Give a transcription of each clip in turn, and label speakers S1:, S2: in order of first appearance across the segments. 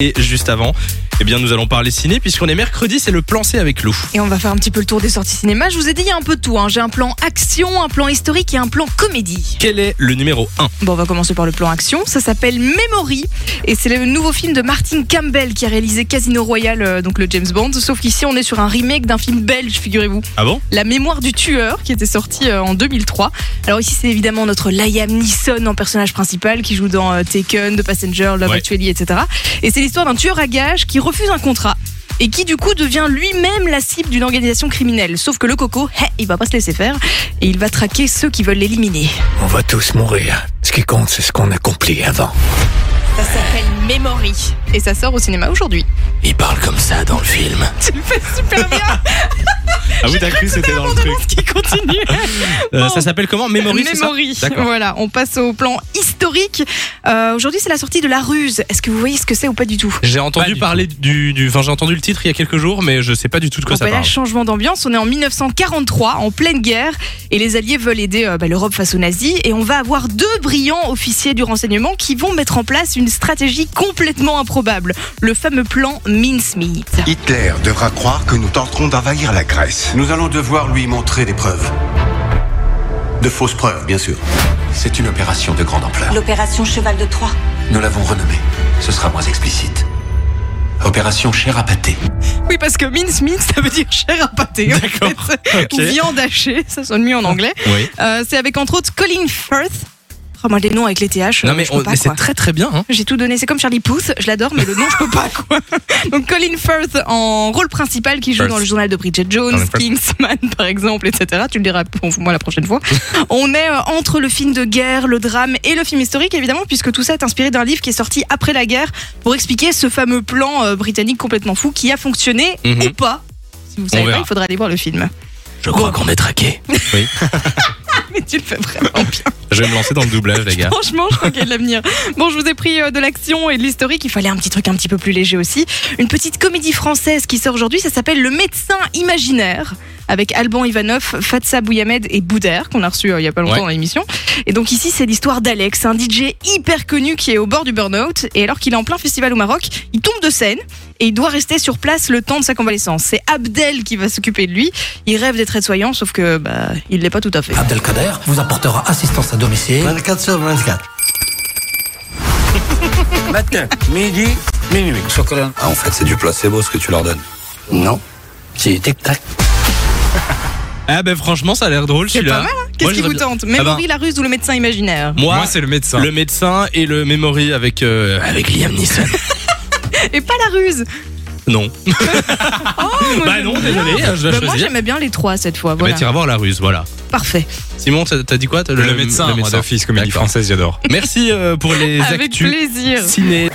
S1: Et juste avant, eh bien, nous allons parler ciné puisqu'on est mercredi, c'est le plan C avec Lou.
S2: Et on va faire un petit peu le tour des sorties cinéma. Je vous ai dit, il y a un peu de tout. hein. J'ai un plan action, un plan historique et un plan comédie.
S1: Quel est le numéro 1
S2: Bon, on va commencer par le plan action. Ça s'appelle Memory. Et c'est le nouveau film de Martin Campbell qui a réalisé Casino Royale, euh, donc le James Bond. Sauf qu'ici, on est sur un remake d'un film belge, figurez-vous.
S1: Ah bon
S2: La mémoire du tueur qui était sorti euh, en 2003. Alors ici, c'est évidemment notre Liam Neeson en personnage principal qui joue dans euh, Taken, The Passenger, Love
S1: Ouais.
S2: Actually, etc. Et c'est l'histoire d'un tueur à gages qui refuse un contrat et qui du coup devient lui-même la cible d'une organisation criminelle. Sauf que le coco, hé, il va pas se laisser faire et il va traquer ceux qui veulent l'éliminer.
S3: On va tous mourir. Ce qui compte, c'est ce qu'on accomplit avant.
S2: Ça s'appelle Memory et ça sort au cinéma aujourd'hui.
S3: Il parle comme ça dans le film.
S2: Tu le fais super bien.
S1: Ah oui, t'as cru c'était dans le truc.
S2: Qui continue.
S1: Euh,
S2: Bon.
S1: ça s'appelle comment Memory, c'est ça
S2: Memory.
S1: D'accord.
S2: Voilà, on passe au plan historique. Euh, aujourd'hui, c'est la sortie de La Ruse. Est-ce que vous voyez ce que c'est ou pas du tout
S1: J'ai entendu
S3: du tout.
S1: parler du, du- enfin j'ai entendu le titre il y a quelques jours, mais je sais pas du tout de quoi
S2: Bon,
S1: ça
S2: bah là,
S1: parle.
S2: changement d'ambiance, on est en 1943, en pleine guerre, et les Alliés veulent aider euh, bah, l'Europe face aux nazis, et on va avoir deux brillants officiers du renseignement qui vont mettre en place une stratégie complètement improbable, le fameux plan Mincemeat.
S4: Hitler devra croire que nous tenterons d'envahir la Grèce.
S5: Nous allons devoir lui montrer des preuves. De fausses preuves, bien sûr. C'est une opération de grande ampleur.
S6: L'opération Cheval de Troie.
S5: Nous l'avons renommée. Ce sera moins explicite. Opération chair à pâté.
S2: Oui, parce que mincemeat, ça veut dire chair à pâté, en
S1: D'accord,
S2: fait.
S1: ok.
S2: ou viande hachée, ça sonne mieux en anglais.
S1: Oui.
S2: Euh, c'est avec entre autres Colin Firth. Oh, moi, les noms avec les TH. euh,
S1: Non mais,
S2: je
S1: on-
S2: peux pas,
S1: mais c'est
S2: quoi.
S1: très très bien. hein.
S2: J'ai tout donné, c'est comme Charlie Puth, je l'adore, mais le nom je peux pas quoi. Donc Colin Firth en rôle principal qui joue
S1: Firth.
S2: dans le journal de Bridget
S1: Colin
S2: Jones,
S1: Firth.
S2: Kingsman par exemple, etc. Tu le diras pour moi la prochaine fois. On est euh, entre le film de guerre, le drame et le film historique évidemment, puisque tout ça est inspiré d'un livre qui est sorti après la guerre pour expliquer ce fameux plan euh, britannique complètement fou qui a fonctionné
S1: Mhm.
S2: ou pas. Si vous savez
S1: verra.
S2: pas, il faudra aller voir le film.
S3: Je crois qu'on est traqué.
S2: Mais tu le fais vraiment bien.
S1: Je vais me lancer dans le doublage les gars.
S2: Franchement, je crois qu'il y a de l'avenir. Bon, je vous ai pris euh, de l'action et de l'historique. Il fallait un petit truc un petit peu plus léger aussi. Une petite comédie française qui sort aujourd'hui. Ça s'appelle Le médecin imaginaire. Avec Alban Ivanov, Fatsa Bouyamed et Boudère, qu'on a reçu euh, il y a pas longtemps
S1: Ouais.
S2: dans l'émission. Et donc ici, c'est l'histoire d'Alex, un DJ hyper connu qui est au bord du burn-out. Et alors qu'il est en plein festival au Maroc, il tombe de scène et il doit rester sur place le temps de sa convalescence. C'est Abdel qui va s'occuper de lui. Il rêve d'être aide-soignant, sauf que bah, il l'est pas tout à
S3: Ah
S2: fait.
S3: Abdelkader vous apportera assistance à domicile.
S5: 24 sur 24.
S3: Matin, midi, minuit. Chocolat.
S5: Ah, en fait, c'est du placebo ce que tu leur donnes.
S3: Non. C'est tic-tac.
S1: Ah ben franchement ça a l'air drôle
S2: C'est pas
S1: celui-là.
S2: mal, hein
S1: Moi,
S2: Qu'est-ce qui
S1: j'aimerais
S2: vous
S1: bien-
S2: tente Memory,
S1: Ah Hum. ben,
S2: la ruse ou le médecin imaginaire
S1: Moi,
S7: c'est le médecin.
S1: le médecin et le memory avec euh, avec Liam Neeson.
S2: Et pas la ruse
S1: non.
S2: moi,
S1: bah
S2: j'aime
S1: non
S2: bien.
S1: désolé,
S7: hein,
S1: je dois
S2: Bah, Moi,
S1: choisir.
S2: j'aimais bien les trois cette fois,
S1: Bah,
S2: voilà.
S1: t'iras voir la ruse voilà.
S2: Parfait.
S1: Simon t'as t'as dit quoi t'as-
S7: Le, médecin,
S1: le
S7: moi, d'office, comédie
S1: D'accord.
S7: française, j'adore.
S1: Merci euh, pour les
S2: Avec
S1: actus
S2: plaisir
S1: ciné.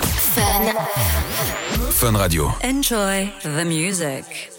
S8: Enjoy the music.